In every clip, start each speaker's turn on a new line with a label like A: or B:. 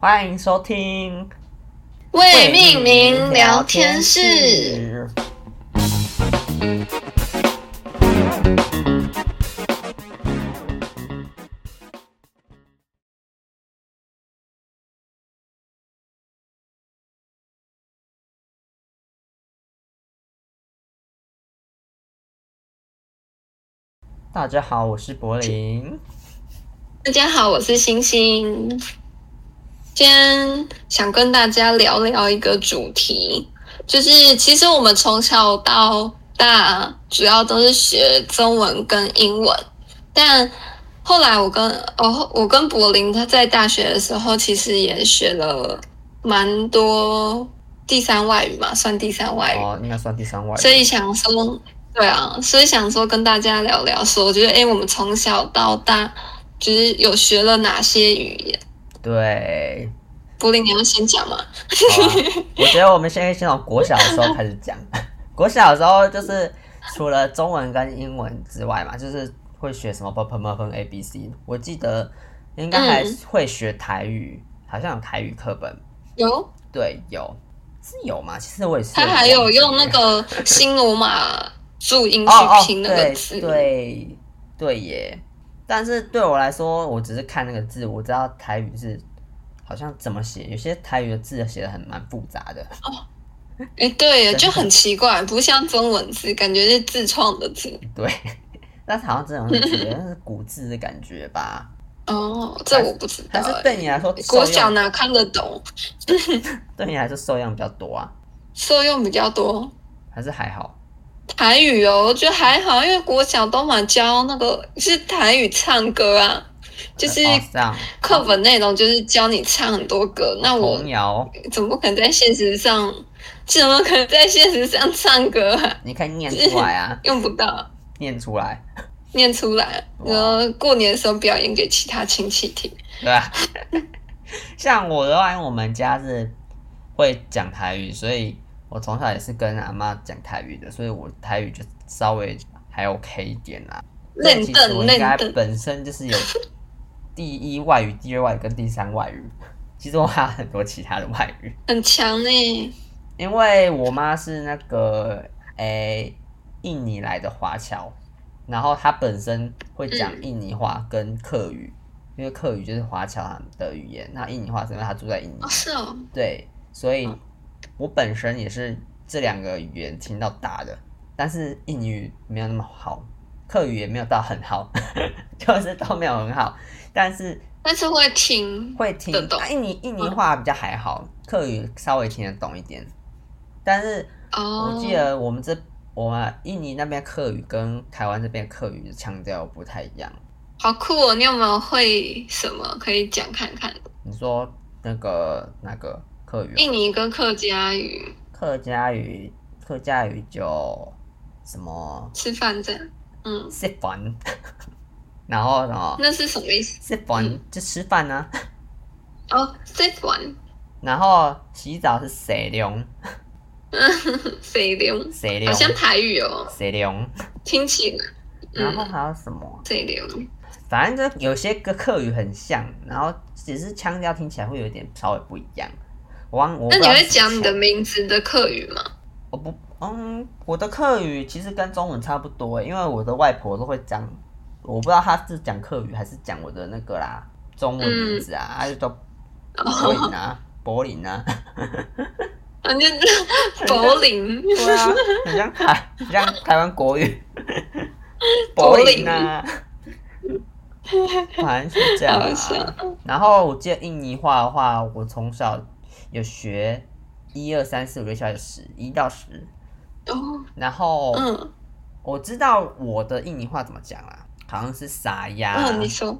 A: 欢迎收听
B: 为命名聊天室。。
A: 大家好，我是柏林。
B: 大家好，我是星星。今天想跟大家聊聊一个主题，就是其实我们从小到大主要都是学中文跟英文，但后来我跟哦我跟柏林他在大学的时候，其实也学了蛮多第三外语嘛，算第三外语。
A: 哦，应该算第三外语。
B: 哎所以想说，对啊，所以想说跟大家聊聊说，我觉得诶，我们从小到大就是有学了哪些语言？
A: 对，
B: 柏林，你要先讲 嘛？
A: 好啊我觉得我们现在先从国小的时候开始讲。 国小的时候就是除了中文跟英文之外嘛，就是会学什么 b p m p a b c。我记得应该还会学台语，好像有台语课本。
B: 有，
A: 对，有是有吗？其实我也是。
B: 他还有用那个新罗马注音
A: 哦哦，
B: 去拼那个字，
A: 对对对耶！但是对我来说，我只是看那个字，我知道台语是好像怎么写，有些台语的字写的很蛮复杂的。
B: 诶，对耶，就很奇怪，不像中文字，感觉是自创的字。
A: 对， 但是好像这种是觉得是古字的感觉 吧？
B: 哦，这我不知道
A: 但是
B: 耶。
A: 对你来说，
B: 呃国
A: 受
B: 小
A: 用
B: 哪看得懂？
A: 对你来说受用比较多啊，
B: 受用比较多，
A: 还是还好？
B: 台语哦，我觉得还好，因为国小都蛮教那个是台语唱歌啊，就是
A: 哦这样
B: 课本内容就是教你唱很多歌。那我
A: 童谣，
B: 怎么可能在现实上，怎么可能在现实上唱歌啊？
A: 你可以念出来 啊，
B: 用不到，念
A: 念出来，
B: 念出来，
A: 哇
B: 然后过年的时候表演给其他亲戚听。
A: 对啊， 像我的话，因为我们家是会讲台语，所以我从小也是跟阿妈讲台语的，所以我台语就稍微还 OK 一点啦。所以
B: 练
A: 其实
B: 凳
A: 我应
B: 练
A: 该
B: 凳
A: 本身就是有第一外语、第二外语跟第三外语。其实我还有很多其他的外语，
B: 很强呢，
A: 因为我妈是那个诶、印尼来的华侨，然后她本身会讲
B: 嗯
A: 印尼话跟客语，因为客语就是华侨他们的语言，那印尼话是因为她住在印尼
B: 哦，嗯是哦，
A: 对，所以我本身也是这两个语言听到大的，但是印尼语没有那么好，客语也没有到很好， 就是都没有很好，但是
B: 但是会听，
A: 会听
B: 得懂嗯
A: 啊印尼印尼话比较还好，客语稍微听得懂一点，但是
B: 哦，
A: 我记得我们这我们印尼那边客语跟台湾这边客语的腔调不太一样。
B: 好酷哦！你有没有会什么可以讲看看？
A: 你说那个那个客语哦、
B: 印尼跟客家语
A: 客家语，客家语就什么
B: 吃饭这样，嗯，
A: 吃饭， 然后什么
B: 那是什么意思？
A: 吃饭
B: 嗯
A: 就吃饭呢、
B: 哦，这 碗
A: 然后洗澡是洗凉，
B: 水流，
A: 洗
B: 好
A: 凉，
B: 像台语哦，
A: 洗凉，
B: 听起来，
A: 然后
B: 嗯，
A: 还有什么啊？
B: 水流，
A: 反正就有些个客语很像，然后只是腔调听起来会有点稍微不一样。我忘我不
B: 那
A: 知
B: 你
A: 道
B: 会
A: 是
B: 讲你的
A: 谁？
B: 名字的客语吗？
A: 我不，嗯，我的客语其实跟中文差不多，欸因为我的外婆都会讲，我不知道她是讲客语还是讲我的那个啦中文名字
B: 嗯
A: 啊，她就叫
B: 哦
A: 柏林啊，柏林啊，
B: 啊，就是柏林，
A: 对啊，很像台，很像台湾国语，
B: 柏
A: 柏
B: 林
A: 林啊，反正是这样
B: 好笑哦
A: 啊。然后我记得印尼话的话，我从小有学一二三四五六七八九十一到十，
B: 哦，
A: 然后
B: 嗯，
A: 我知道我的印尼话怎么讲啦，好像是撒呀，
B: 哦，你说，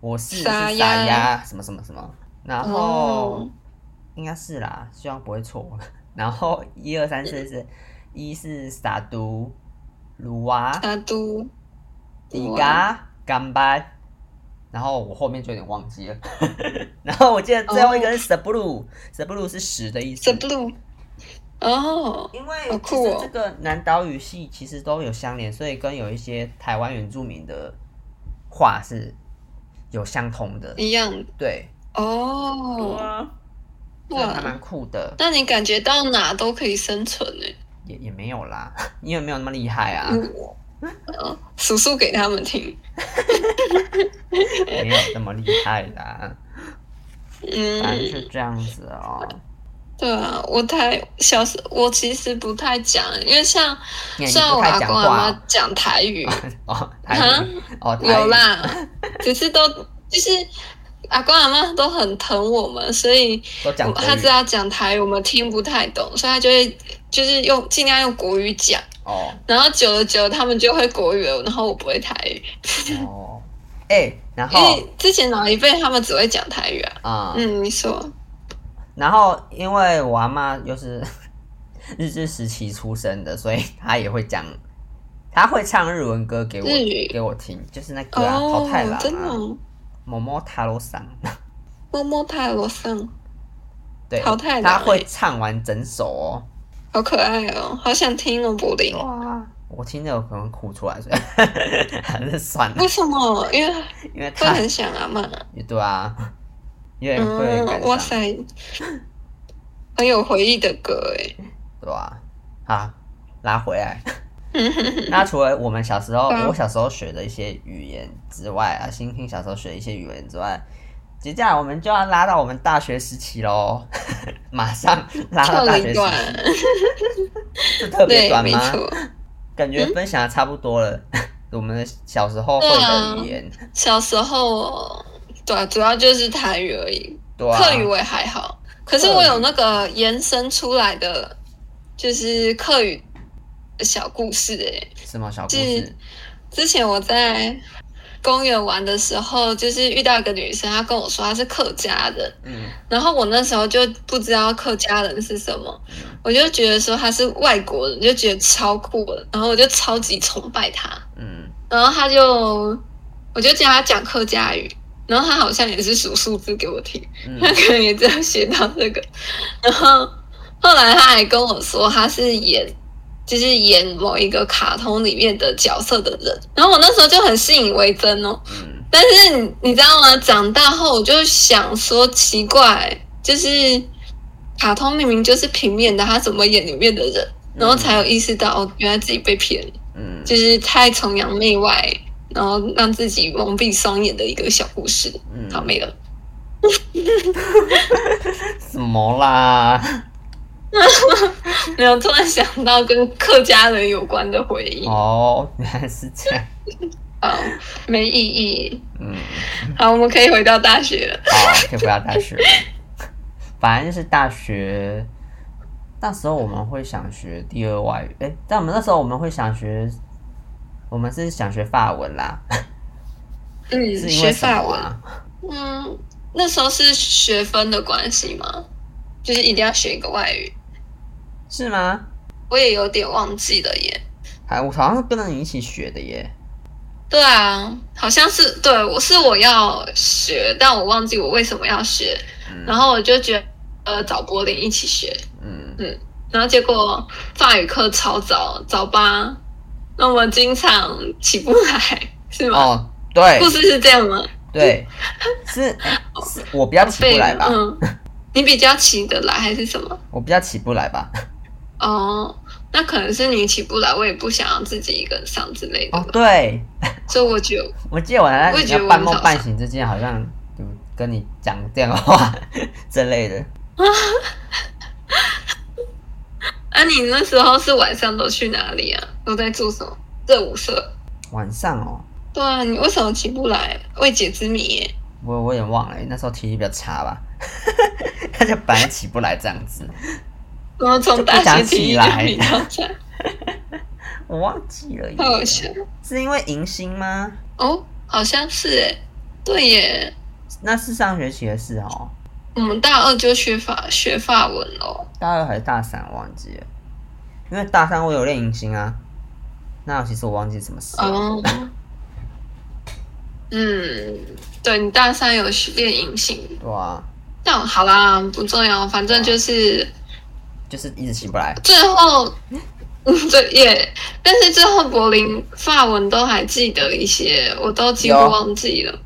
A: 我是是
B: 撒
A: 撒
B: 呀
A: 呀什么什么什么，然后、
B: 哦，
A: 应该是啦，希望不会错。 然后一二三四是，一是撒都鲁哇
B: 大都，啊
A: 迪嘎干巴，然后我后面就有点忘记了。 然后我记得最后一个
B: 哦
A: 是 sablu，sablu、是十的意思
B: 这。blue，哦，
A: 因为其
B: 好酷
A: 实
B: 哦
A: 这个南岛语系其实都有相连，所以跟有一些台湾原住民的话是有相通的。
B: 一样，
A: 对，
B: 嗯哦，
C: 哇，
A: 这个还蛮酷的，
B: 那你感觉到哪都可以生存欸呢、
A: 也也没有啦， 因为没有那么厉害啊，
B: 嗯，数数给他们听。
A: 没有那么厉害 啦，反正
B: 嗯，
A: 是这样子 哦。
B: 对啊，我台小时我其实不太讲，因为像
A: 你你
B: 虽然
A: 不
B: 我
A: 太
B: 阿
A: 讲
B: 公阿
A: 话
B: 妈讲台语，
A: 哦，哦台语哦，台语
B: 有， 啦，只是都就是阿公阿妈都很疼我们，所以
A: 都讲
B: 我
A: 国
B: 他
A: 语
B: 知道讲台语我们听不太懂，所以他就会就是用尽量用国语讲，
A: 哦
B: 然后久了久了他们就会国语了，然后我不会台语，
A: 哦，哎，然
B: 因
A: 后
B: 为之前老一辈他们只会讲台语啊。
A: 啊，
B: 嗯，你说
A: 然后因为我阿妈又是 日治时期出生的，所以 她也会讲，她会唱日文歌给我
B: 日语
A: 给我听，就是那个啊
B: 哦
A: 桃太，郎
B: 真的
A: 啊，
B: 哦，
A: 某某塔罗桑，
B: 摸摸太罗桑，
A: 对，
B: 桃太郎
A: 她会
B: 欸
A: 唱完整首哦。
B: 好可爱哦，好想听哦，柏林。
A: 哇！我听着有可能哭出来，所以 还是算了
B: 为，什么？因为
A: 因为
B: 会
A: 太
B: 很想阿妈。
A: 对啊，因为会有点感
B: 嗯，哇
A: 伤，
B: 塞，很有回忆的歌哎。
A: 对吧、啊？好，拉回来。 那除了我们小时候，
B: 嗯
A: 我小时候学的一些语言之外啊，星星小时候学的一些语言之外，接下来我们就要拉到我们大学时期喽， 马上拉到
B: 跳
A: 大
B: 了
A: 学
B: 一
A: 时
B: 段，
A: 期，是特别
B: 对，
A: 短
B: 没
A: 吗？
B: 错。
A: 感觉分享的差不多了， 我们的小时候会
B: 对啊
A: 的语言，
B: 小时候，对啊、主要就是台语而已，
A: 对啊，
B: 客语我也还好。可是我有那个延伸出来的，就是客语的小故事哎、
A: 什么小故
B: 是
A: 事？
B: 之前我在公园玩的时候，就是遇到一个女生，她跟我说她是客家人，
A: 嗯，
B: 然后我那时候就不知道客家人是什么，我就觉得说她是外国人，就觉得超酷的，然后我就超级崇拜她。
A: 嗯，
B: 然后她就，我就叫她讲客家语，然后她好像也是数数字给我听，
A: 嗯
B: 她可能也只有学到这个。然后后来她还跟我说她是演。就是演某一个卡通里面的角色的人，然后我那时候就很信以为真哦，
A: 嗯，
B: 但是你你知道吗？长大后我就想说，奇怪，就是卡通明明就是平面的，他怎么演里面的人？然后才有意识到，哦，原来自己被骗了，
A: 嗯，
B: 就是太崇洋媚外，然后让自己蒙蔽双眼的一个小故事。
A: 嗯
B: 好，没了。
A: 什么啦？
B: 没有，突然想到跟客家人有关的回忆，
A: 哦，原来是这样。
B: 好，没意义。
A: 嗯，
B: 好，我们可以回到大学 了。
A: 好，可以啊不要大学了。反正就是大学，那时候我们会想学第二外语，哎、但我们那时候我们会想学，我们是想学法文啦，
B: 嗯，
A: 是因为
B: 学
A: 什
B: 法
A: 么
B: 文。
A: 啊？
B: 嗯，那时候是学分的关系吗？就是一定要学一个外语，
A: 是吗？
B: 我也有点忘记了耶。
A: 还我好像是跟着你一起学的耶。
B: 对啊，好像是对，我是我要学，但我忘记我为什么要学，然后我就觉得呃找柏林一起学，
A: 嗯，
B: 然后结果法语课超早，早八，那我经常起不来，是吗？
A: 哦，对
B: 故事是这样吗？
A: 对，是、诶是我比较起不来吧，
B: 嗯，你比较起得来还是什么？
A: 我比较起不来吧。
B: 哦，那可能是你起不来，我也不想要自己一个人上之类的
A: 哦
B: 吧，，
A: 对，
B: 所以我就
A: 我记得我好
B: 嗯我
A: 像
B: 也觉得
A: 要
B: 我
A: 半
B: 很
A: 梦
B: 早
A: 半
B: 上
A: 醒之间，好像有跟你讲电话 之类的。
B: 啊，你那时候是晚上都去哪里啊？都在做什么？热舞社？
A: 晚上哦，
B: 对啊，你为什么起不来？未解之谜耶。
A: 我我有点忘了，那时候体力比较差吧， 他就本来起不来这样子，
B: 然后从大学体育就比较差，
A: 我忘记了耶
B: 太好笑
A: 是因为迎新吗？
B: 哦，好像是哎，对耶，
A: 那是上学期的事哦，
B: 我们大二就学法学法文哦。
A: 大二还是大三我忘记了，因为大三我有练迎新啊，那其实我忘记什么事了。
B: 哦，嗯，对你大三有学练隐形，
A: 对啊，
B: 但好啦，不重要，反正就是
A: 就是一直起不来。
B: 最后，嗯，对耶，但是最后柏林法文都还记得一些，我都几乎
A: 有
B: 忘记了。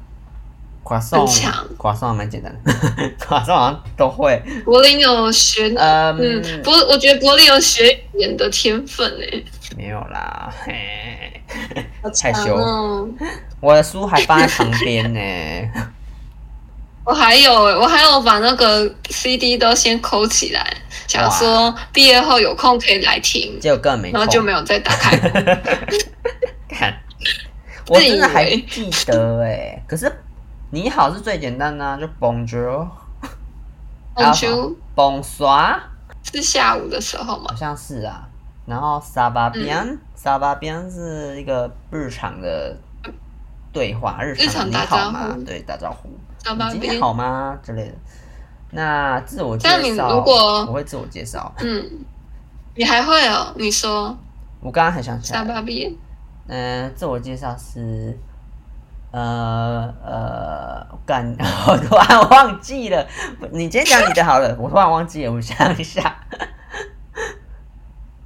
A: 垮送
B: 很强，
A: 垮送还蛮简单的， 垮送好像都会。
B: 柏林有学，
A: 嗯，
B: 嗯，柏我觉得柏林有学语言的天分欸诶、
A: 没有啦，嘿，害
B: 好强
A: 羞
B: 哦！
A: 我的书还放在旁边 呢。
B: 我还有诶、我还有把那个 CD 都先抠起来，想说毕业后有空可以来听，
A: 结果根本没空，
B: 然后就没有再打开。
A: 看，我真的还
B: 自以为
A: 记得哎、可是你好是最简单的、啊，就 Bonjour，
B: 红秋
A: Bonsoir，
B: 是下午的时候嘛
A: 好，像是啊。然后 s a v a b i
B: 嗯
A: a n s a v a b i a n 是一个日常的对话，日
B: 日
A: 常
B: 常
A: 的
B: 打
A: 你好
B: 招
A: 吗
B: 呼？
A: 对，打招呼，
B: 上
A: 你
B: 班
A: 今
B: 边
A: 天。好吗之类的。那自我介
B: 但你
A: 绍，
B: 如果
A: 我会自我介绍。
B: 嗯，你还会哦？你说
A: 我刚刚很想起来
B: 沙，巴毕业
A: 嗯、自我介绍是，呃呃，我干， 我突然忘记了。你先讲你的好了，我突然忘记了，我想一下。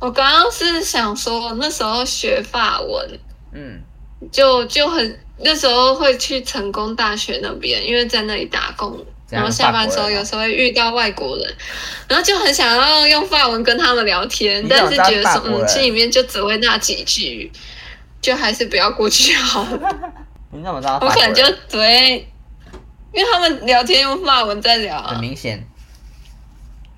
B: 我刚刚是想说，那时候学法文
A: 嗯，
B: 就就很，那时候会去成功大学那边，因为在那里打工，
A: 这样
B: 然后下班时候
A: 啊
B: 有时候会遇到外国人，然后就很想要用法文跟他们聊天，
A: 你怎
B: 但
A: 么
B: 是
A: 知道
B: 觉得
A: 法
B: 说，
A: 国人
B: 嗯，心里面就只会那几句，就还是不要过去好了。
A: 你怎么知道？
B: 我可能就对，因为他们聊天用法文在聊啊
A: 很。明显，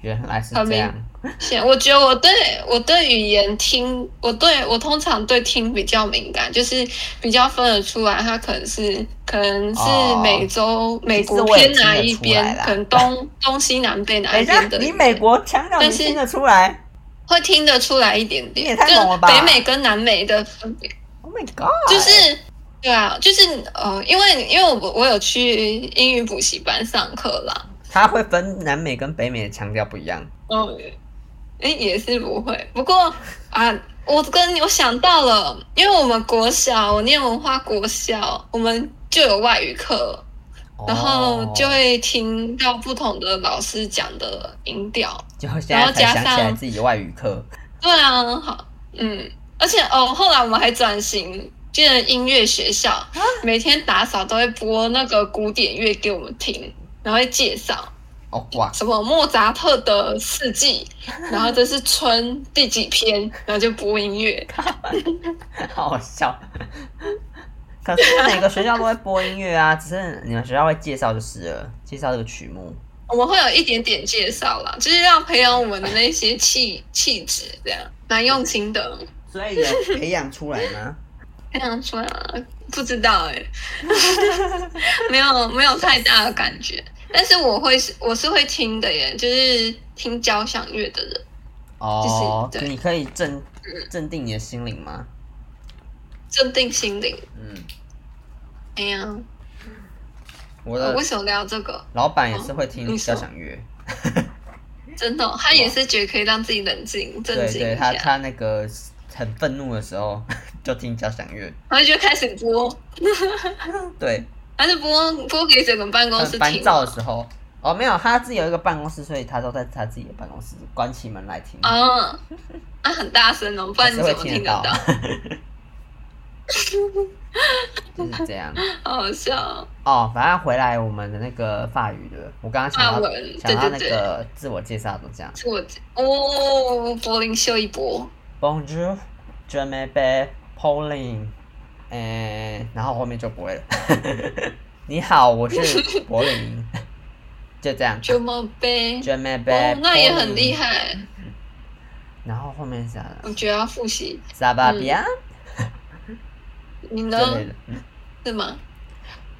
A: 原来是
B: 很
A: 这
B: 哦明
A: 样。
B: 显我觉得我对我对语言听，我对我通常对听比较敏感，就是比较分得出来，它可能是可能是
A: 哦
B: 美洲、美国
A: 我也
B: 偏哪一
A: 听得
B: 边
A: 出来啦，
B: 可能东东西南北哪
A: 等
B: 一
A: 一下
B: 边，的语
A: 你
B: 言，
A: 美国腔调你
B: 但是
A: 听得出来
B: 会听得出来一点
A: 你也
B: 点，
A: 太猛了吧
B: 就北美跟南美的分别。
A: ？Oh my god！
B: 就是对啊，就是呃，因为因为我我有去英语补习班上课啦，
A: 它会分南美跟北美的腔调不一样。
B: 嗯，哎、也是不会。不过啊，我跟你我想到了，因为我们国小，我念文化国小，我们就有外语课，然后就
A: 哦
B: 会听到不同的老师讲的音调。
A: 就现在才
B: 然后
A: 想
B: 加
A: 起来
B: 上
A: 自己的外语课。
B: 对啊，好，嗯，而且哦，后来我们还转型。进了音乐学校，每天打扫都会播那个古典乐给我们听，然后会介绍。
A: 哦哇，
B: 什么莫扎特的四季，然后这是春第几篇，然后就播音乐。
A: 好好笑。 可是每个学校都会播音乐啊，只 是你们学校会介绍就是了，介绍这个曲目。
B: 我们会有一点点介绍啦，就是要培养我们的那些气气质，这样蛮用心的。
A: 所以有培养出来吗？
B: 这样说啊，不知道哎、没有没有太大的感觉，但是我会是我是会听的耶，就是听交响乐的人。
A: 哦，
B: 就是对嗯
A: 你可以镇镇定你的心灵吗？
B: 镇定心灵，
A: 嗯，
B: 哎呀，
A: 我
B: 我
A: 的
B: 为什么聊这个？
A: 老板也是会听
B: 你
A: 交
B: 说
A: 响 乐，
B: 真的哦、他也是觉得可以让自己冷静、镇
A: 对
B: 静
A: 对，
B: 一
A: 他
B: 下，
A: 他那个很愤怒的时候 就听交响 乐，
B: 然后就开始播。
A: 对，
B: 他是播播给整个办公室
A: 很烦
B: 听，
A: 躁的时候。哦，没有，他自己有一个办公室，所以他都在他自己的办公室关起门来听，
B: 啊，那、很大声哦，不
A: 还
B: 然
A: 是
B: 你
A: 会
B: 怎么
A: 听
B: 听得
A: 到
B: 到？，
A: 就是这样。
B: 好 好笑哦、
A: 哦，反正回来我们的那个法语的，我刚刚想
B: 法
A: 到
B: 文
A: 想到那
B: 对对
A: 个自我介绍怎么讲
B: 是我哦，柏林秀一波，
A: ？Bonjour, je m'appelle Pauline。诶，然后后面就不会了。 你好，我 是柏林。就这样。
B: 就么呗。
A: Je m'appelle
B: 哦
A: Pauline。，
B: 那也很厉。害，
A: 然后后面是啥
B: 我觉得要复习。
A: ？Ça va
B: 嗯
A: bien？
B: 你呢？
A: 之类的。嗯
B: 是吗？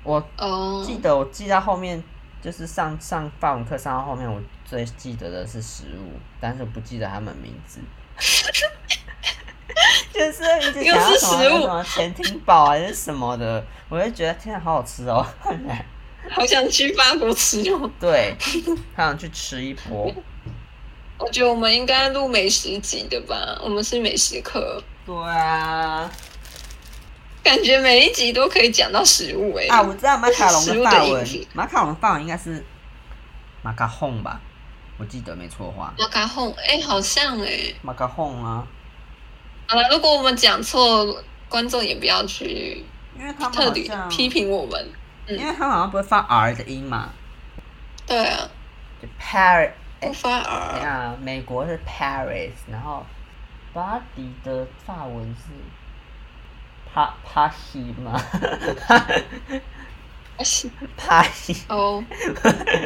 A: 我
B: 哦，
A: 记得我记到后面，就是上上法文课上到后面，我最记得的是食物，但是我不记得他们名字。 就是一直想要什么
B: 又是食物
A: 什么前厅堡还是什么的，我就觉得天啊，好好吃哦！
B: 好想去法国吃哦。
A: 对，好想去吃一波。
B: 我觉得我们应该录美食集的吧，我们是美食课，
A: 对啊，
B: 感觉每一集都可以讲到食物哎、
A: 啊，我知道马卡龙的法文
B: 食物的饮食，
A: 马卡龙的法文应该是马卡洪吧？我记得没错的话，
B: 马卡洪哎、好像哎、
A: 马卡洪啊，
B: 好了，如果我们讲错，观众也不要去
A: 因为他们
B: 特
A: 好
B: 地
A: 像
B: 批评我们。
A: 因为他们好像不会发 R 的音嘛，
B: 对啊，
A: 就 Paris，
B: 不发
A: 哎
B: R，
A: 呀，美国是 Paris，然后巴黎的法文是帕帕西吗？
B: 不行
A: 帕西，
B: 哦，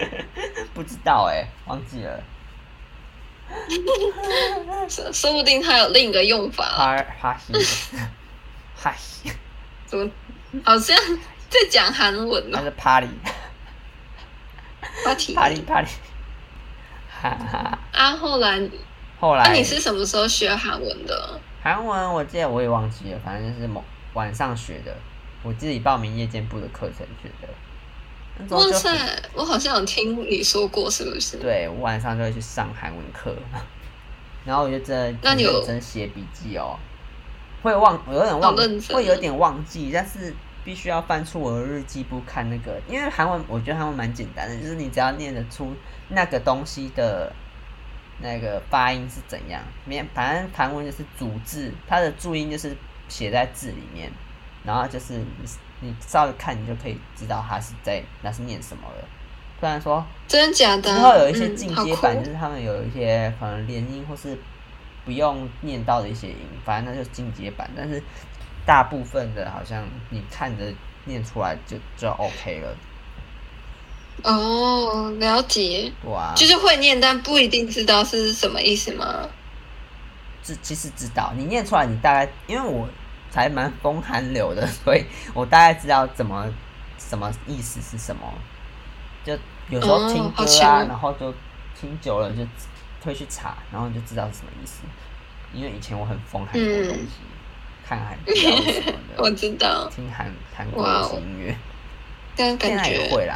A: 不知道哎、忘记了。哎
B: 说说不定它有另一个用法啦，
A: 哈哈西，哈西，
B: 怎么 好像在讲韩文
A: 那
B: 呢？
A: 是帕里，
B: 话题
A: 帕里帕里，哈哈。
B: 啊，后来那、
A: 后来
B: 啊、你是什么时候学韩文的？
A: 韩文，我记得我也忘记了，反正就是某晚上学的，我自己报名夜间部的课程学的。那时候
B: 哇
A: 就很
B: 塞，我好像有听你说过，是不是？
A: 对，我晚上就会去上韩文课，然后我就真的
B: 那
A: 很
B: 你有
A: 认真写笔记哦，会忘，我有点忘
B: 好认，真哦
A: 会有点忘记，但是必须要翻出我的日记簿看那个，因为韩文我觉得韩文蛮简单的，就是你只要念得出那个东西的。那个发音是怎样？面反正韩文就是主字，它的注音就是写在字里面，然后就是你你稍微看你就可以知道它是在那是念什么了。虽然说
B: 真的假的？
A: 之后有一些进阶
B: 嗯、好
A: 版，
B: 酷
A: 就是他们有一些可能连音或是不用念到的一些音，反正那就是进阶版。但是大部分的，好像你看着念出来就就 OK 了，
B: 哦，了解，
A: 对啊，
B: 就是会念，但不一定知道是什么意思吗？
A: 知其实知道你念出来，你大概因为我才蛮风寒流的， 所以我大概知道怎么什么意思是什么。就有时候
B: 哦
A: 听
B: 好
A: 歌
B: 强
A: 啊，
B: 哦
A: 然后就听久了就会去查，然后你就知道是什么意思。因为以前我很疯韩国的东西，看韩剧啊或什么
B: 嗯 我
A: 的，
B: 知道，
A: 听韩韩国流行音乐，
B: 但
A: 现
B: 感
A: 在也
B: 觉，
A: 会啦，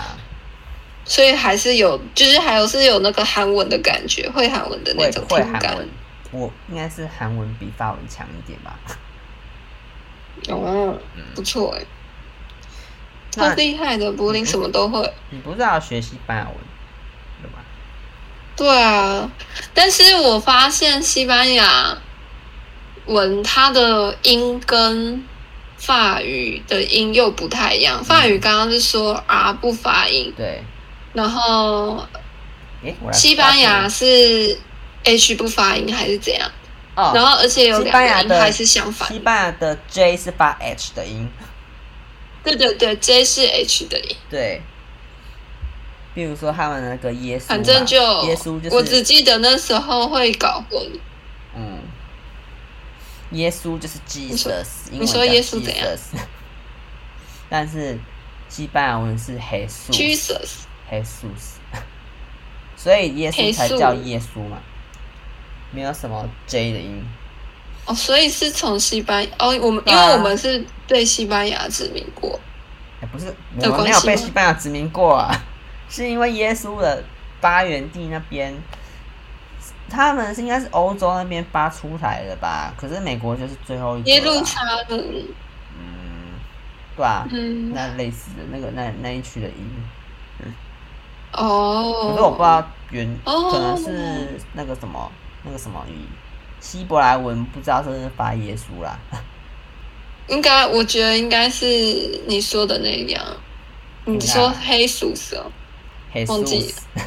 B: 所以还是有，就是还有是有那个韩文的感觉，会韩文的那
A: 会
B: 种
A: 会
B: 听
A: 韩
B: 感。
A: 文。我应该是韩文比法文强一点吧。
B: 哦，不错哎，
A: 嗯那
B: 超厉害的，柏林什么都会。
A: 你不是要学西班牙文对吧？
B: 对啊，
A: 嗯
B: 但是我发现西班牙文它的音跟法语的音又不太一
A: 嗯
B: 样。法语刚刚是说 R 不发音，
A: 对，
B: 然后
A: 诶，我来
B: 西
A: 发
B: 班
A: 现
B: 牙是 H 不发音还是怎样？
A: 哦，
B: 然后而且有
A: 西
B: 两
A: 班牙
B: 个音
A: 的
B: 还是相反
A: 西。班牙的 J 是发 H 的音，
B: 对对对，J 是 H 的音。
A: 对。比如说他们那个耶稣嘛，
B: 反正就
A: 耶稣就是
B: 我只记得那时候会搞混。
A: 嗯，耶稣就是 Jesus，
B: 你说
A: 英文叫
B: 耶稣怎样
A: Jesus 但是西班牙文是 Jesus，Jesus，
B: Jesus，
A: 所以耶稣才
B: Jesus
A: 叫耶稣嘛，没有什么 J 的音，
B: 哦，所以是从西班牙哦，我们因
A: 对啊
B: 为我们是被西班牙殖民过，
A: 哎，不是，我
B: 有
A: 们没
B: 关
A: 有
B: 系
A: 被
B: 吗
A: 西班牙殖民过啊， 是因为耶稣的发源地那边，他们是应该是欧洲那边发出来的吧？可是美国就是最后一个、啊，
B: 耶路撒冷，
A: 嗯，对啊，
B: 嗯，
A: 那类似的那个那那一区的音，
B: 哦，
A: 可是我不知道原、
B: 哦
A: 可能是那个什么那个什么语，希伯来文不知道是不是发耶稣啦，
B: 应该我觉得应该是你说的那样，你说黑素斯哦，
A: 黑
B: 忘记
A: 稣。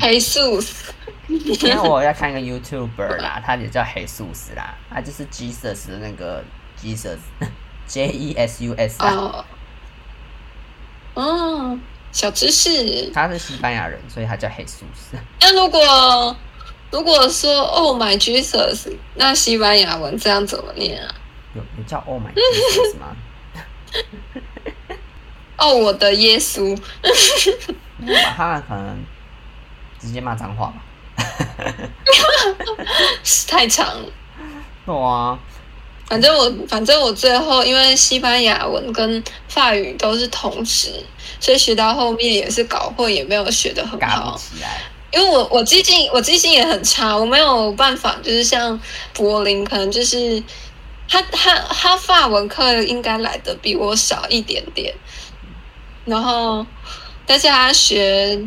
B: 黑素斯，
A: 因为我在看一个 YouTuber 啦，他也叫黑素斯啦，他就是 Jesus 的那个 Jesus J E S U S 啊，
B: 哦，哦，小知识。
A: 他是西班牙人，所以他叫黑素斯。
B: 那如果如果说 Oh my Jesus，那西班牙文这样怎么念啊？
A: 有有叫 Oh my Jesus 吗？
B: 哦，我的耶稣，
A: 他们可能直接骂脏话吧。
B: 太长了。
A: 对啊，
B: 反正我反正我最后因为西班牙文跟法语都是同时，所以学到后面也是搞混，也没有学得很
A: 尬不
B: 好。
A: 起来。
B: 因为我我记性我记性也很差，我没有办法，就是像柏林，可能就是他他他法文课应该来的比我少一点点，然后但是他学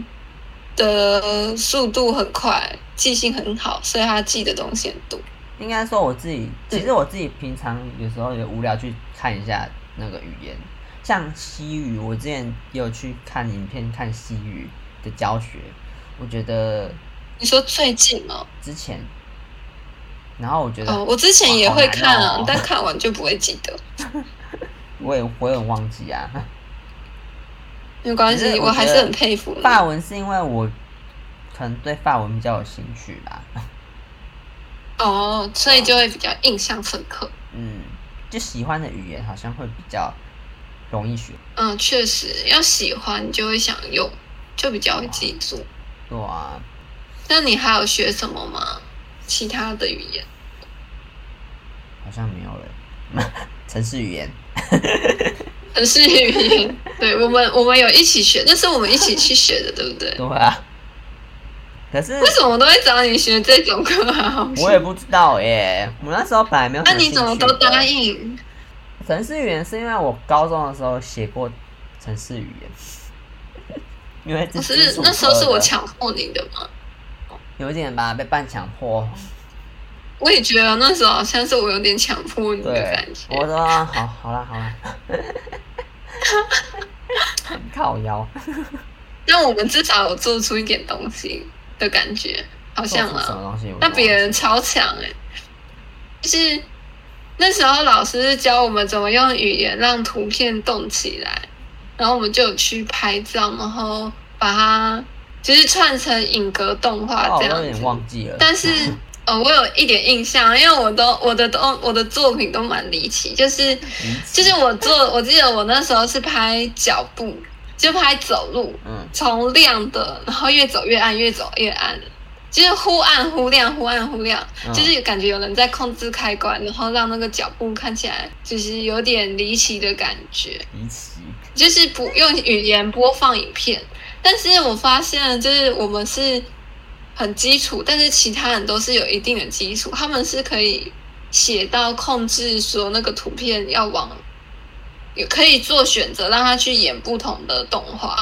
B: 的速度很快，记性很好，所以他记的东西很多。
A: 应该说我自己，其实我自己平常有时候也无聊去看一下那个语言，像西语，我之前也有去看影片看西语的教学，我觉得
B: 你说最近哦，
A: 之前，然后我觉得
B: 哦，我之前也会
A: 啊
B: 看
A: 好难
B: 啊
A: 哦，
B: 但看完就不会记得，
A: 我也我也忘记 啊。
B: 没关
A: 可是
B: 系，
A: 我
B: 我还
A: 觉
B: 是
A: 得
B: 很佩服你。
A: 法文是因为我可能对法文比较有兴趣啦，
B: 哦，所以就会比较印象深刻。
A: 嗯，就喜欢的语言好像会比较容易学，
B: 嗯，确实要喜欢你就会想用，就比较会记住。
A: 对啊。
B: 那你还有学什么吗？其他的语言？
A: 好像没有了， 城市语言，
B: 可是语言，对我们我们有一起学，那是我们一起去学的，对不对？
A: 对啊。可是
B: 为什么我都会找你学这种课啊？好奇
A: 我也不知道耶，我那时候本来没有什
B: 那
A: 兴趣
B: 你
A: 的。
B: 怎么都答应？
A: 城市语言是因为我高中的时候写过城市语言， 因为
B: 不
A: 这
B: 哦是
A: 基础
B: 那时候是
A: 课的
B: 我强迫你的吗？
A: 有一点吧，被半强迫。
B: 我也觉得那时候好像是我有点强迫你的
A: 对
B: 感，觉。
A: 我说啊好，好啦，好啦， 很靠腰，
B: 但我们至少有做出一点东西的感觉，好
A: 做
B: 像
A: 出什
B: 啊。
A: 么东西？我
B: 那
A: 忘
B: 别
A: 了
B: 人超强哎、就是那时候老师是教我们怎么用语言让图片动起来，然后我们就有去拍照，然后把它就是串成影格动
A: 哦，
B: 画
A: 我
B: 这
A: 有
B: 样子
A: 点。忘记了。
B: 但是呃、我有一点印象，因为我都我的都我的作品都蛮离奇，就是
A: 嗯
B: 就是我做，我记得我那时候是拍脚步，就拍走路，
A: 嗯，
B: 从亮的，然后越走越暗，越走越暗，就是忽暗忽亮，忽暗忽亮，
A: 嗯
B: 就是感觉有人在控制开关，然后让那个脚步看起来就是有点离奇的感觉，
A: 离奇，
B: 就是不用语言播放影片，但是我发现就是我们是很基础，但是其他人都是有一定的基础，他们是可以写到控制说那个图片要往。也可以做选择，让他去演不同的动画。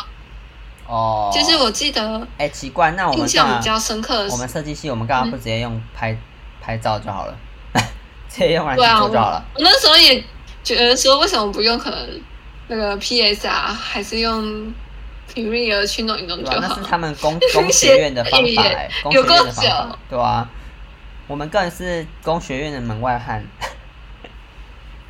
A: 哦，
B: 就是我记得
A: 哎，奇怪，那我们
B: 印象比
A: 干嘛
B: 较深嗯刻的
A: 我
B: 是，
A: 们设计系，我们干嘛不直接用拍拍照就好了？ 直接用软
B: 对
A: 件
B: 啊，
A: 做
B: 我
A: 就好了。
B: 我那时候也觉得说，为什么不用可能那个 PS 啊，还是用 Premiere 去弄一弄
A: 对
B: 就
A: 吧、那
B: 好
A: 是
B: 了。
A: 他们工工学院的方法、欸，工学
B: 有
A: 院的方
B: 够久
A: 法，对啊，我们更是工学院的门外 汉，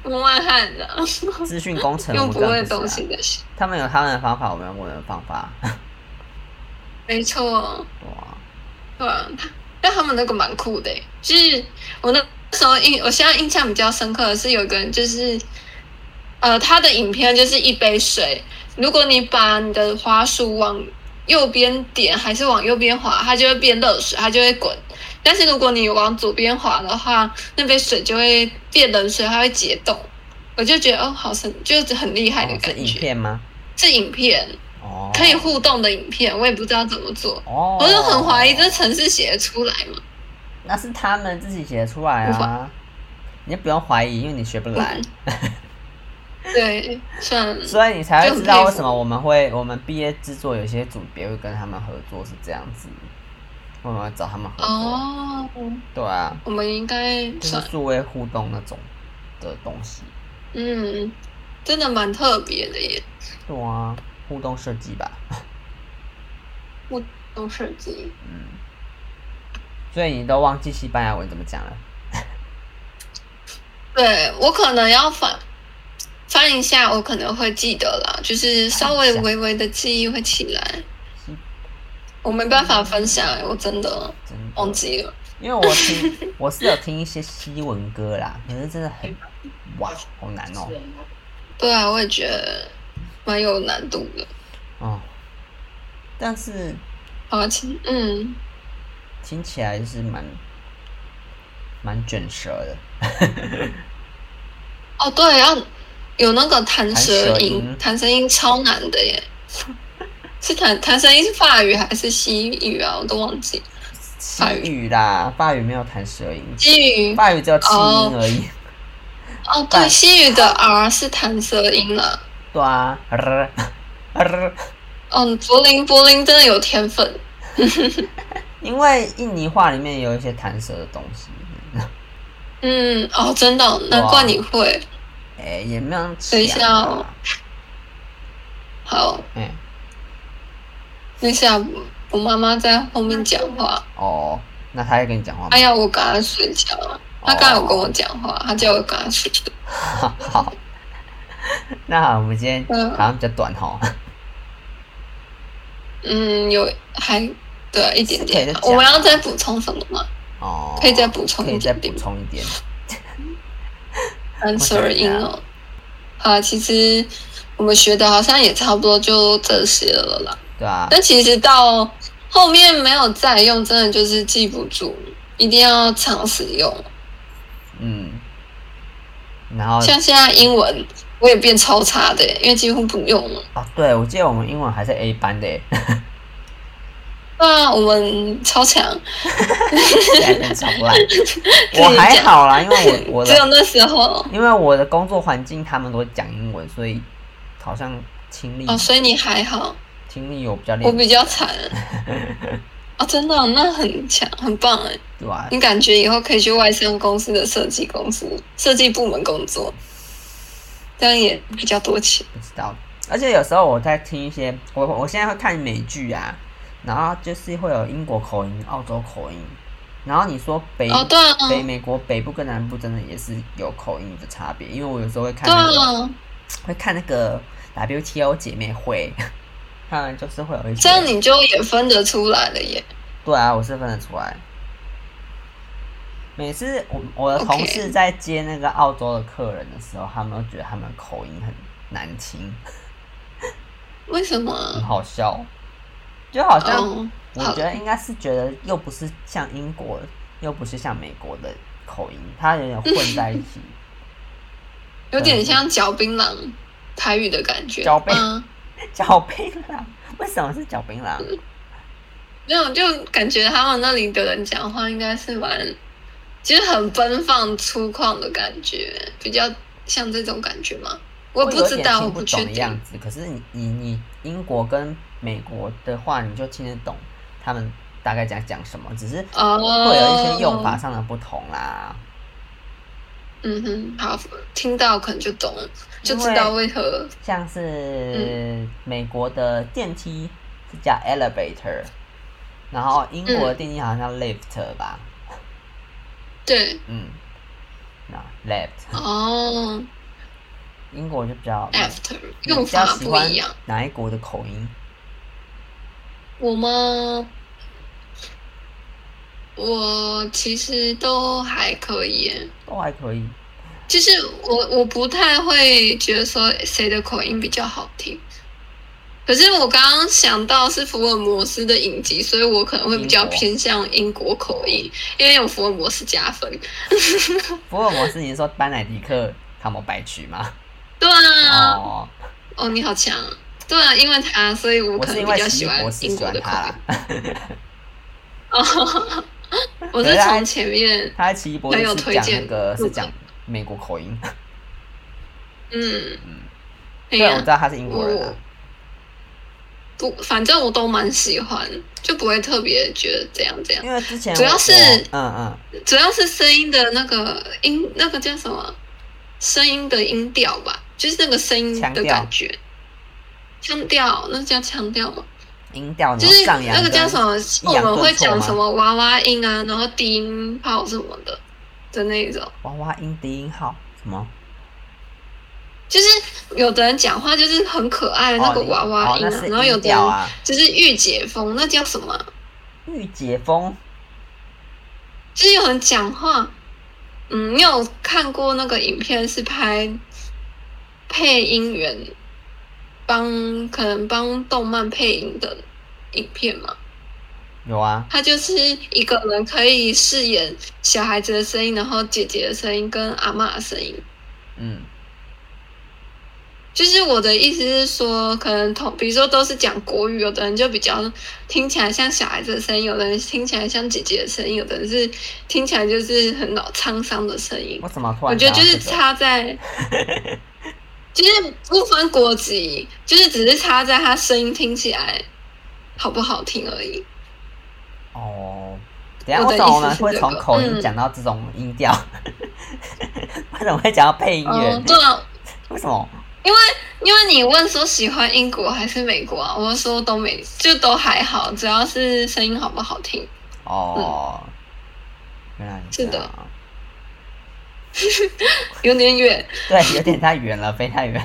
B: 门外汉的，
A: 资讯工程
B: 用
A: 我
B: 不
A: 们
B: 会的
A: 更
B: 东
A: 不是、
B: 西
A: 啊。
B: 的学，
A: 他们有他们的方法，我们有我们的方法，
B: 没错，
A: 对啊，
B: 对啊。他但他们那个蛮酷的欸，就是我那时候印，我现在印象比较深刻的是有一个人就是，呃，他的影片就是一杯水，如果你把你的滑鼠往右边点，还是往右边滑，它就会变热水，它就会滚。但是如果你往左边滑的话，那杯水就会变冷水，它会解冻。我就觉得哦，好神，就是很厉害的
A: 哦、
B: 感
A: 是影
B: 觉。
A: 片吗？
B: 是影片
A: 哦，
B: 可以互动的影片，我也不知道怎么做，
A: 哦，
B: 我就很怀疑这程式写得出来吗？
A: 那是他们自己写出来啊，你就不用怀疑，因为你学不来，
B: 嗯对，算了，
A: 所以你才
B: 就
A: 会
B: 很
A: 知道
B: 佩
A: 为
B: 服
A: 什么我们会我们毕业制作有些组别会跟他们合作是这样子，为什么会找他们合作？
B: 哦，
A: 对啊，
B: 我们应该
A: 就是
B: 算，
A: 数位互动那种的东西。
B: 嗯，真的蛮特别的耶，
A: 对啊，互动设计吧。
B: 互动设计。
A: 嗯，所以你都忘记西班牙文怎么讲了？
B: 对我可能要翻翻一下，我可能会记得啦，就是稍微微微的记忆会起来
A: 是。
B: 我没办法分享，我真的
A: 真
B: 忘
A: 的，
B: 记了。
A: 因为我 听我是有听一些西文歌啦，可是真的很哇，好难哦、
B: 对啊，我也觉得蛮有难度的。
A: 哦，但是
B: 好，请嗯，
A: 听起来就是蛮蛮卷舌的，
B: 哦对，要有那个弹舌
A: 弹舌
B: 音
A: 音，
B: 弹舌音超难的 耶。是弹弹舌音是法语还是西语啊？我都忘记。
A: 西
B: 法语
A: 语啦，法语没有弹舌音，
B: 西语
A: 法语只有气
B: 哦
A: 音而已。
B: 哦，
A: 法
B: 对，西语的 R 是弹舌音啦、
A: 对啊，呃呃
B: 嗯，柏林柏林真的有天分。
A: 因为印尼话里面有一些弹舌的东西，
B: 嗯，哦，真的哦、难怪你会。
A: 哎、也没有那么
B: 等一下
A: 强啊
B: 哦好，
A: 哎、
B: 等一下我妈妈在后面讲话。
A: 哦，那他在跟你讲话吗
B: 她？要我跟她睡觉，她刚才有
A: 哦
B: 跟我讲话，她叫我跟她睡觉。
A: 好， 那好，我们今天
B: 嗯
A: 好像比较短哈，
B: 嗯，有还对一点
A: 是可以再
B: 点
A: 讲。
B: 我们要再补充什么吗？
A: 哦，
B: 可以再补充
A: 可
B: 一
A: 以再
B: 点
A: 补
B: 点吗
A: 充一点，
B: 很
A: 想
B: 耳
A: 一下
B: 音哦。好，其实我们学的好像也差不多就这些了啦。
A: 对啊，
B: 但其实到后面没有再用，真的就是记不住，一定要常使用。
A: 嗯，然后
B: 像现在英文我也变超差的耶，因为几乎不用了。
A: 啊，对我记得我们英文还是 A 班 的耶，
B: 那我们超强，
A: 现在超烂，我还好啦，因为我我 嗯
B: 只有
A: 的
B: 那时候
A: 因为我的工作环境他们都会讲英文，所以好像听力
B: 哦，所以你还好，
A: 听力有比较
B: 我
A: 练，
B: 比 较惨。哦，真的哦、那很强，很棒哎！
A: 对啊吧？
B: 你感觉以后可以去外商公司的设计公司、设计部门工作，这样也比较多钱。
A: 不知道。而且有时候我在听一些，我我现在会看美剧啊，然后就是会有英国口音、澳洲口音，然后你说北、
B: 哦，对啊，
A: 北美国北部跟南部真的也是有口音的差别，因为我有时候会看
B: 对
A: 那个、
B: 啊，
A: 会看那个 WTO 姐妹会， 他们就是会有一些
B: 这样你就也分得出来了耶。
A: 对啊，我是分得出来。每次我我的
B: OK
A: 同事在接那个澳洲的客人的时候，他们都觉得他们口音很难听，
B: 为什么
A: 很
B: 啊？
A: 好笑，就好像
B: 哦，
A: 我觉得应该是觉得又不是像英国，又不是像美国的口音，它有点混在一 起。
B: 有点像嚼槟榔台语的感觉。
A: 嗯嚼槟
B: 嗯，
A: 嚼槟榔，为什么是嚼槟榔？
B: 没有，就感觉他们那里的人讲话应该是蛮，就是很奔放粗犷的感觉，比较像这种感觉吗？我
A: 会
B: 不
A: 有
B: 知
A: 点
B: 道，我
A: 听不
B: 确
A: 懂的样
B: 定。
A: 子。可是你你你英国跟美国的话，你就听得懂他们大概讲讲什么，只是
B: 哦，
A: 会有一些用法。上的不同啊啦。
B: 嗯哼，好，听到可能就懂，就
A: 因
B: 知
A: 为
B: 道为何。
A: 像是
B: 嗯
A: 美国的电梯是叫 elevator，然后英国的电梯好像叫 lift 吧，
B: 对，
A: 嗯，那 lift
B: 哦
A: 英国就比较
B: ，after
A: 你
B: 用
A: 比较
B: 法
A: 喜
B: 不
A: 欢
B: 一样。
A: 哪一国的口音？
B: 我吗？我其实都还可以耶，
A: 都还可以，
B: 就是我我不太会觉得说谁的口音比较好听。可是我刚刚想到是福尔摩斯的影集，所以我可能会比较
A: 英国
B: 偏向英国口音，因为有福尔摩斯加分。
A: 福尔摩斯，你是说班乃迪克他们白曲吗？
B: 对啊，哦
A: 哦，
B: 你好强啊！对啊，因为他，所以我
A: 我
B: 可
A: 是
B: 能
A: 因
B: 比
A: 为
B: 较
A: 奇
B: 喜
A: 异
B: 欢
A: 博士
B: 英
A: 喜
B: 国
A: 欢
B: 的口
A: 他啦
B: 音。，哦，我是
A: 啊
B: 从前面，
A: 他在奇异博士
B: 朋友
A: 是
B: 推
A: 讲那
B: 荐
A: 个是
B: 入
A: 讲美国口音，
B: 嗯
A: 嗯，
B: 哎
A: 对，我
B: 呀哦
A: 知，道他是英国人啊
B: 我。不，反正我都蛮喜欢，就不会特别觉得怎样怎样。
A: 因为之前
B: 主要
A: 我
B: 是
A: 嗯嗯，
B: 主要是声音的那个音，那个叫什么？声音的音调吧，就是那个声音
A: 腔
B: 的
A: 调
B: 感觉。腔调，那叫腔调吗？
A: 音调你
B: 就
A: 要
B: 是
A: 上扬
B: 那
A: 跟，
B: 个叫什么？
A: 抑
B: 我
A: 扬顿挫吗
B: 们会讲什么娃娃音啊，然后低音炮什么的的那一种。
A: 娃娃音低音号什么？
B: 就是有的人讲话就是很可爱的那个
A: 哦
B: 娃娃音
A: 哦
B: 啊，
A: 那是
B: 然后有
A: 音
B: 的
A: 调
B: 人
A: 啊，
B: 就是御姐风，那叫什么啊？
A: 御姐风
B: 就是有人讲话，嗯，你有看过那个影片是拍配音员帮可能帮动漫配音的影片嘛？
A: 有啊，
B: 他就是一个人可以饰演小孩子的声音，然后姐姐的声音跟阿嬷的声音。
A: 嗯，
B: 就是我的意思是说，可能同比如说都是讲国语，有的人就比较听起来像小孩子的声音，有的人听起来像姐姐的声音，有的人是听起来就是很老沧桑的 声音。
A: 我怎么突然
B: 我觉得
A: 想到
B: 就是
A: 这个
B: 差在，就是不分国籍，就是只是差在他声音听起来好不好听而已。
A: 哦。等一下，为什么我
B: 我的意思
A: 们
B: 是
A: 会
B: 这
A: 从
B: 个
A: 口音
B: 嗯
A: 讲到这 种音调？为什么会讲到配音
B: 嗯，
A: 员？
B: 对啊，
A: 为什么？
B: 因为因为你问说喜欢英国还是美国啊，我说都没，就都还好，主要是声音好不好听。
A: 哦，原来
B: 嗯是的
A: 这样啊
B: 有点远，
A: 对，有点太远了，飞太远。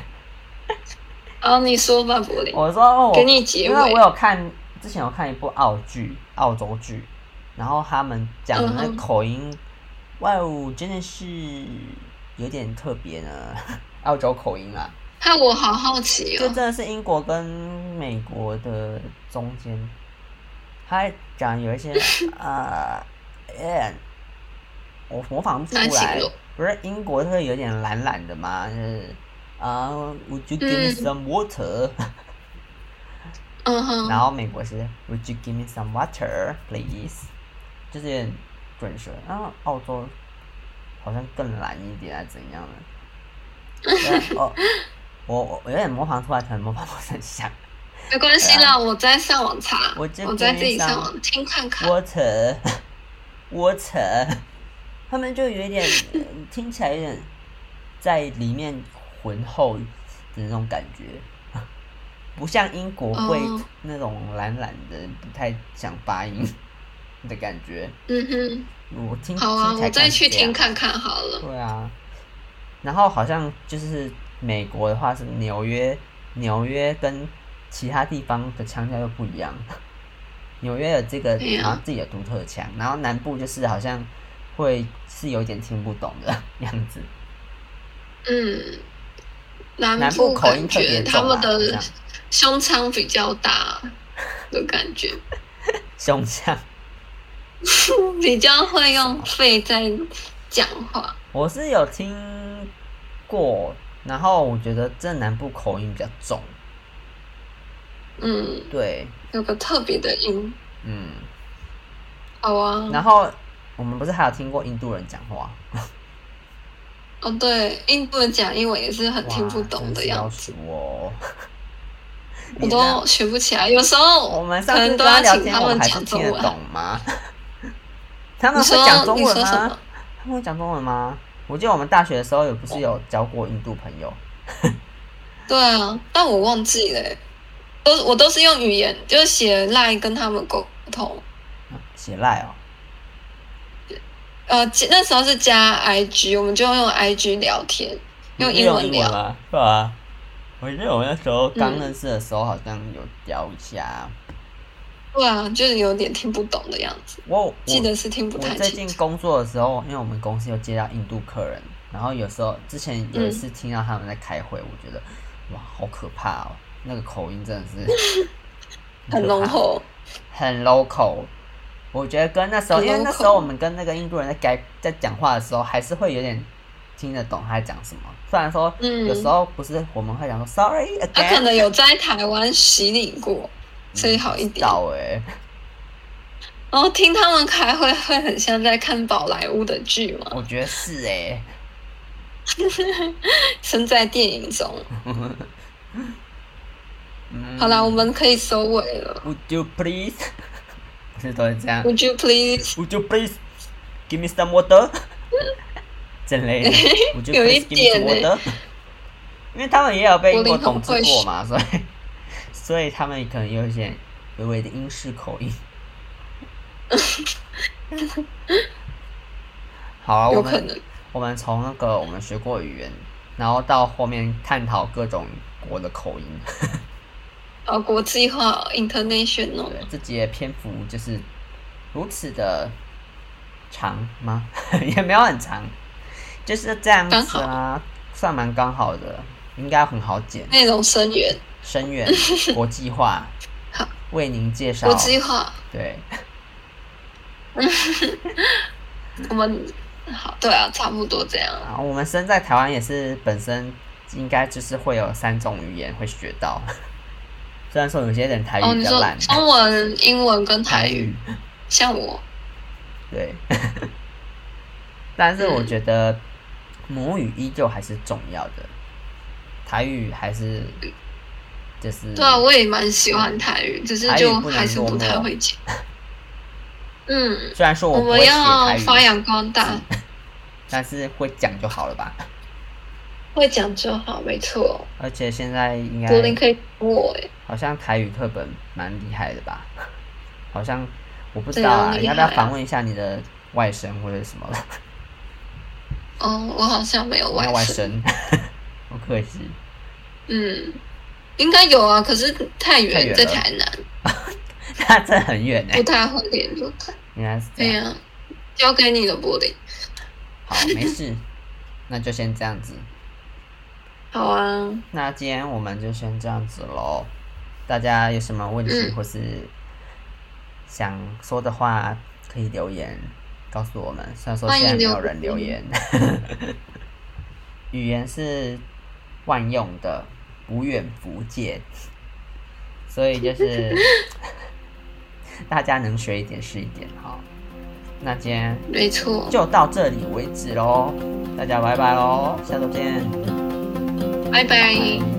B: 然后哦你说吧，柏林，
A: 我说我
B: 给你结
A: 因为
B: 尾
A: 我。有看之前有看一部澳剧，澳洲剧，然后他们讲的那
B: 嗯哼
A: 口音，哇哦，真的是有点特别呢， 澳洲口音啊，
B: 害我好好奇
A: 就
B: 哦
A: 真。的是英国跟美国的中间，他讲有一 些呃，嗯我模仿不
B: 那
A: 出
B: 请
A: 来
B: 用，
A: 不是英国特有点懒懒的嘛，就是啊、w o u l d you give me
B: 嗯
A: some water？、
B: 嗯哼，
A: 然后美国是 Would you give me some water, please？就是有点准舌。然后澳洲好像更懒一点，啊还是怎样的？ 哦，我我我有点模仿出来，可能模仿不是很像。
B: 没关系啦，我再上网查，
A: 啊我
B: 我
A: 这
B: 再
A: 边
B: 自己
A: 上
B: 上网听看看。
A: Water, water，他 们就有一点呃听起来有点在里面浑厚的那种感觉，不像英国会
B: 哦
A: 那种懒懒的，不太想发音的感觉。
B: 嗯
A: 我听
B: 哼，好啊，
A: 听起来
B: 我再
A: 感觉
B: 去
A: 这样
B: 听看看好了。
A: 对啊，然后好像就是美国的话是纽约，纽约跟其他地方的腔调又不一样。 纽约有这个，
B: 对啊
A: 然后自己的独特腔，然后南部就是好像会是有点听不懂的 样子，
B: 嗯，
A: 南
B: 南
A: 部
B: 部
A: 口音
B: 感
A: 特别
B: 觉
A: 重、啊，
B: 他们
A: 好
B: 的
A: 像
B: 胸腔比较 大的感觉，
A: 胸腔。
B: 比较会用肺在讲话。
A: 我是有听过，然后我觉得这南部口音比较重，
B: 嗯，
A: 对，
B: 有个特别的音。
A: 嗯，
B: 好啊，
A: 然后我们不是还有听过印度人讲话？
B: 哦对，印度人讲英文也是很 听不懂的样子，
A: 子哦。
B: 我
A: 你那
B: 都学不起来。有时候
A: 我们上
B: 可
A: 次
B: 能
A: 都
B: 都
A: 要聊
B: 请
A: 天，
B: 他
A: 我们
B: 们
A: 还是
B: 讲
A: 听
B: 中
A: 得
B: 文。
A: 懂 吗？他们
B: 你
A: 会
B: 说
A: 讲中
B: 你
A: 文
B: 说什
A: 吗
B: 么？？
A: 他们会讲中文吗？我记得我们大学的时候有不是有交过印度朋友？
B: 对啊，但我忘记了欸，都我都是用语言，就是写赖跟他们沟通。
A: 写赖哦，
B: 呃，其那时候是加 IG，我们就用 IG 聊天，用
A: 你是
B: 英文
A: 嗯用英
B: 聊嗯
A: 文。吗？是吧？我记得我那时候刚认识的时候，好像有聊一下。
B: 对啊，就是有点听不懂的样子，
A: 我我
B: 记得是听不
A: 我
B: 太
A: 最
B: 清
A: 近
B: 楚。
A: 工作的时候，因为我们公司有接到印度客人，然后有时候之前有一次听到他们在开会，我觉得哇，好可怕哦，那个口音真的 是
B: 很
A: 可
B: 浓
A: 怕，
B: 厚，
A: 很 local。我觉得跟那时候，
B: 很
A: 因为那
B: local
A: 时候我们跟那个印度人在该在讲话的时候，还是会有点听得懂他在讲什么。虽然说
B: 嗯
A: 有时候不是我们会讲说 sorry
B: 他可
A: again，
B: 能有在台湾洗礼过，
A: 嗯
B: 所以好一点。
A: 到哎、
B: 然后听他们开会，会很像在看宝莱坞的剧嘛，
A: 我觉得是哎、
B: 身在电影中。
A: 嗯，
B: 好啦，我们可以收尾了。
A: Would you please？不是都是这样
B: Would you please？
A: ？Would you please give me some water？之 类的。Would you
B: 有一
A: please give
B: 点
A: me
B: 欸
A: some water？因为他们也有被英
B: 柏
A: 国
B: 林
A: 统
B: 很
A: 治
B: 会
A: 过嘛，所以 所以他们可能有一些微微的英式口 音。好啊，我
B: 有可
A: 们
B: 能。
A: 我们从那个我们学过语言，然后到后面探讨各种国的口音。
B: 呃，国际化 （international）
A: 对，自己的篇幅就是如此的长吗？ 也没有很长，就是这样子啊，算蛮刚好的，应该很好剪。
B: 内容生源，
A: 深 远国际化
B: 好，
A: 为您介绍
B: 国。际化，
A: 对，
B: 我们好对啊，差不多这样。
A: 啊，我们身在台湾也是本身应该就是会有三种语言会学到， 虽然说有些人台
B: 哦，
A: 语比
B: 你
A: 较
B: 说
A: 烂，
B: 中文、英文跟
A: 台
B: 台语，
A: 语
B: 像我，
A: 对，但是我
B: 嗯
A: 觉得母语依旧还是重要的，台语还是就是
B: 对啊，我也蛮喜欢台语，只是
A: 嗯台语
B: 就
A: 不能
B: 还是不太
A: 落寞
B: 会 讲。嗯，
A: 虽然说
B: 我
A: 不
B: 们
A: 会写
B: 要
A: 台
B: 发
A: 语，
B: 扬光大，
A: 但是会讲就好了吧。
B: 会讲就好，没错。
A: 而且现在应该
B: 柏林可以帮我哎，
A: 好像台语课本蛮厉害的吧？好像我不知
B: 怎
A: 道
B: 样
A: 啊，
B: 厉
A: 要不要
B: 害啊
A: 访问一下你的外甥或者什么？
B: 哦，我好像没有
A: 没
B: 外
A: 有外
B: 甥，
A: 甥， 好可惜。
B: 嗯，应该有啊，可是太
A: 太
B: 远，
A: 远
B: 在
A: 了
B: 台南，
A: 那这很远哎、
B: 不太会联络。
A: 原来是这
B: 对啊
A: 样。
B: 呀、交给你了，柏林。
A: 好，没事，那就先这样子。
B: 好啊，
A: 那今天我们就先这样子喽。大家有什么问题
B: 嗯
A: 或是想说的话，可以留言告诉我们。虽然说
B: 欢
A: 现在
B: 迎
A: 没有
B: 留
A: 人留言
B: 言，
A: 语言是万用的，无远不见，所以就是大家能学一点是一点哈。那今天
B: 没错，
A: 就到这里为止喽，大家拜拜喽，下周见。
B: 拜拜。